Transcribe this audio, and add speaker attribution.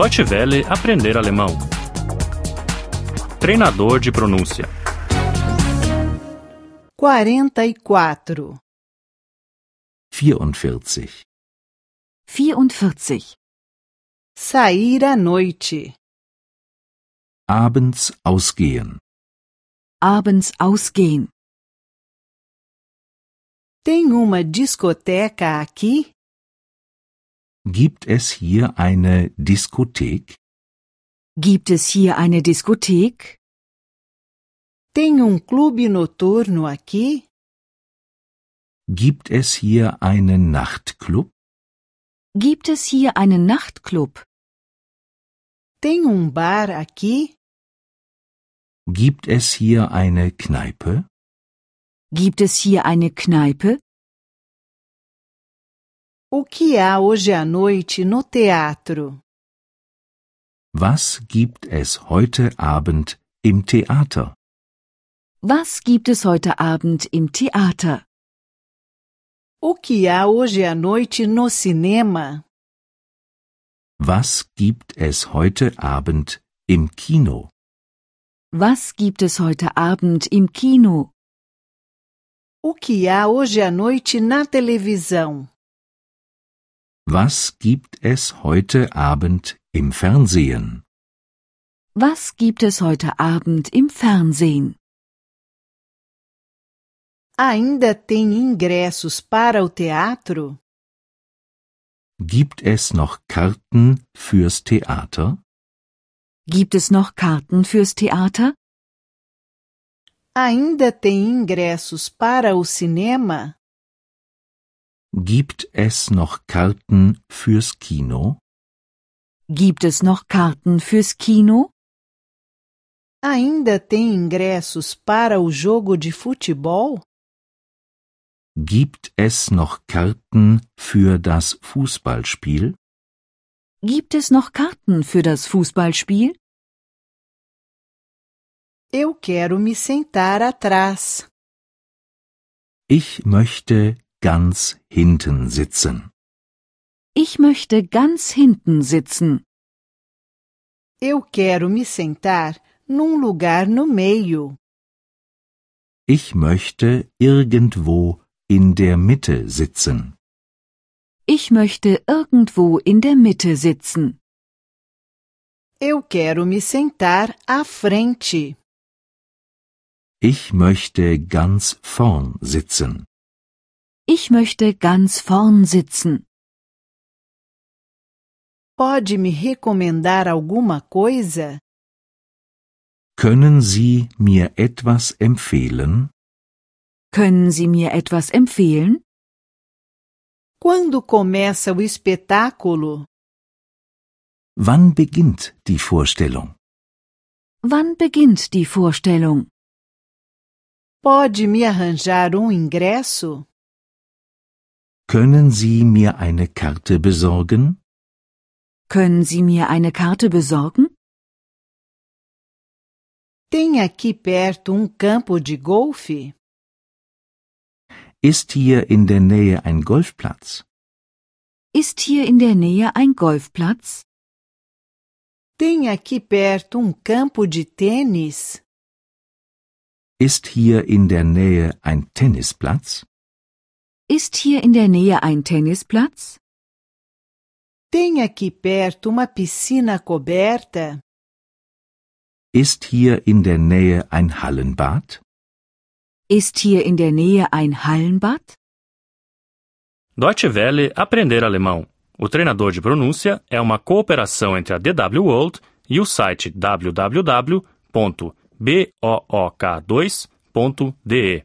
Speaker 1: Deutsche Welle aprender alemão. Treinador de pronúncia.
Speaker 2: 44.
Speaker 3: 44.
Speaker 4: 44.
Speaker 2: Sair à noite.
Speaker 3: Abends ausgehen.
Speaker 4: Abends ausgehen.
Speaker 2: Tem uma discoteca aqui?
Speaker 3: Gibt es hier eine Diskothek?
Speaker 4: Gibt es hier eine Diskothek?
Speaker 2: Tem um clube noturno aqui?
Speaker 3: Gibt es hier einen Nachtclub?
Speaker 4: Gibt es hier einen Nachtclub?
Speaker 2: Tem um bar aqui?
Speaker 3: Gibt es hier eine Kneipe?
Speaker 4: Gibt es hier eine Kneipe?
Speaker 2: O que há hoje à noite no teatro?
Speaker 3: Was gibt es heute Abend im Theater?
Speaker 4: Was gibt es heute Abend im Theater?
Speaker 2: O que há hoje à noite no cinema?
Speaker 3: Was gibt es heute Abend im Kino?
Speaker 4: Was gibt es heute Abend im Kino?
Speaker 2: O que há hoje à noite na televisão?
Speaker 3: Was gibt es heute Abend im Fernsehen?
Speaker 4: Was gibt es heute Abend im Fernsehen?
Speaker 2: Ainda tem ingressos para o teatro?
Speaker 3: Gibt es noch Karten fürs Theater?
Speaker 4: Gibt es noch Karten fürs Theater?
Speaker 2: Ainda tem ingressos para o cinema?
Speaker 3: Gibt es noch Karten fürs Kino?
Speaker 4: Gibt es noch Karten fürs Kino?
Speaker 2: Ainda tem ingressos para o jogo de futebol?
Speaker 3: Gibt es noch Karten für das Fußballspiel?
Speaker 4: Gibt es noch Karten für das Fußballspiel?
Speaker 2: Eu quero me sentar atrás.
Speaker 3: Ich möchte ganz hinten sitzen.
Speaker 4: Ich möchte ganz hinten sitzen.
Speaker 2: Eu quero me sentar num lugar no meio.
Speaker 3: Ich möchte irgendwo in der Mitte sitzen.
Speaker 4: Ich möchte irgendwo in der Mitte sitzen.
Speaker 2: Eu quero me sentar à frente.
Speaker 3: Ich möchte ganz vorn sitzen.
Speaker 4: Ich möchte ganz vorn sitzen.
Speaker 2: Pode me recomendar alguma coisa?
Speaker 3: Können Sie mir etwas empfehlen?
Speaker 4: Können Sie mir etwas empfehlen?
Speaker 2: Quando começa o espetáculo?
Speaker 3: Wann beginnt die Vorstellung?
Speaker 4: Wann beginnt die Vorstellung?
Speaker 2: Pode me arranjar um ingresso?
Speaker 3: Können Sie mir eine Karte besorgen?
Speaker 4: Können Sie mir eine Karte besorgen?
Speaker 2: Tem aqui perto um campo de golfe?
Speaker 3: Ist hier in der Nähe ein Golfplatz?
Speaker 4: Ist hier in der Nähe ein Golfplatz?
Speaker 2: Tem aqui perto um campo de tênis?
Speaker 3: Ist hier in der Nähe ein Tennisplatz?
Speaker 4: Ist hier in der Nähe ein Tennisplatz?
Speaker 2: Tem aqui perto uma piscina coberta?
Speaker 3: Ist hier in der Nähe ein Hallenbad?
Speaker 4: Ist hier in der Nähe ein Hallenbad?
Speaker 1: Deutsche Welle aprender alemão. O treinador de pronúncia é uma cooperação entre a DW World e o site www.book2.de.